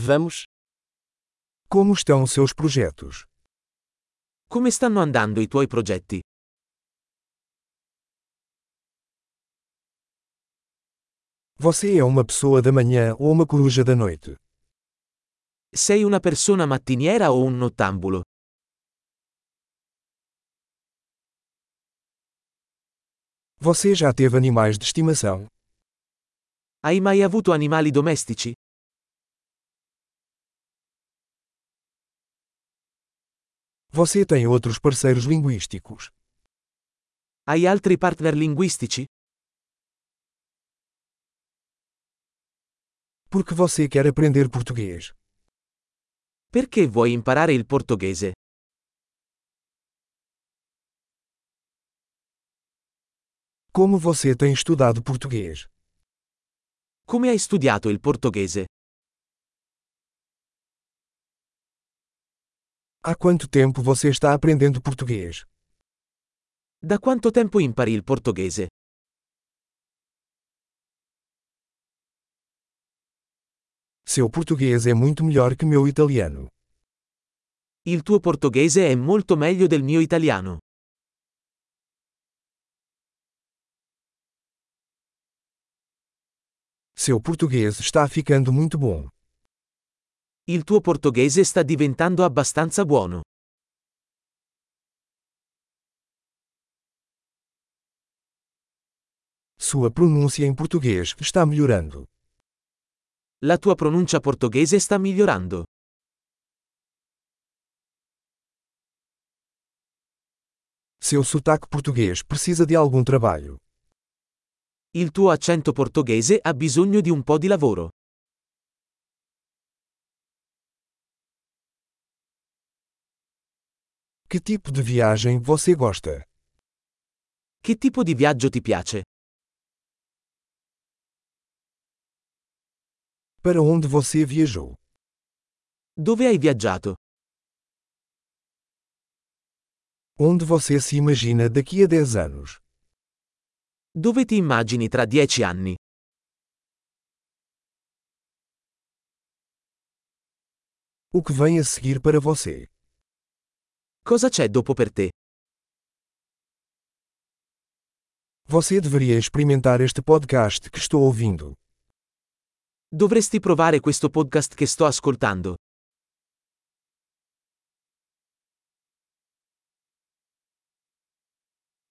Vamos. Como estão seus projetos? Come stanno andando i tuoi progetti? Você é uma pessoa da manhã ou uma coruja da noite? Sei una persona mattiniera o un nottambulo? Você já teve animais de estimação? Hai mai avuto animali domestici? Você tem outros parceiros linguísticos? Hai altri partner linguistici? Porque você quer aprender português? Perché vuoi imparare il portoghese? Como você tem estudado português? Come hai studiato il portoghese? Há quanto tempo você está aprendendo português? Da quanto tempo impari il portoghese? Seu português é muito melhor que meu italiano. Il tuo portoghese è molto meglio del mio italiano. Seu português está ficando muito bom. Il tuo portoghese sta diventando abbastanza buono. Sua pronúncia em português está melhorando. La tua pronuncia portoghese sta migliorando. Seu sotaque português precisa de algum trabalho. Il tuo accento portoghese ha bisogno di un po' di lavoro. Que tipo de viagem você gosta? Che tipo di viaggio ti piace? Para onde você viajou? Dove hai viaggiato? Onde você se imagina daqui a 10 anos? Dove ti immagini tra dieci anni? O que vem a seguir para você? Cosa c'è dopo per te? Você deveria experimentar este podcast que estou ouvindo. Dovresti provare questo podcast che sto ascoltando.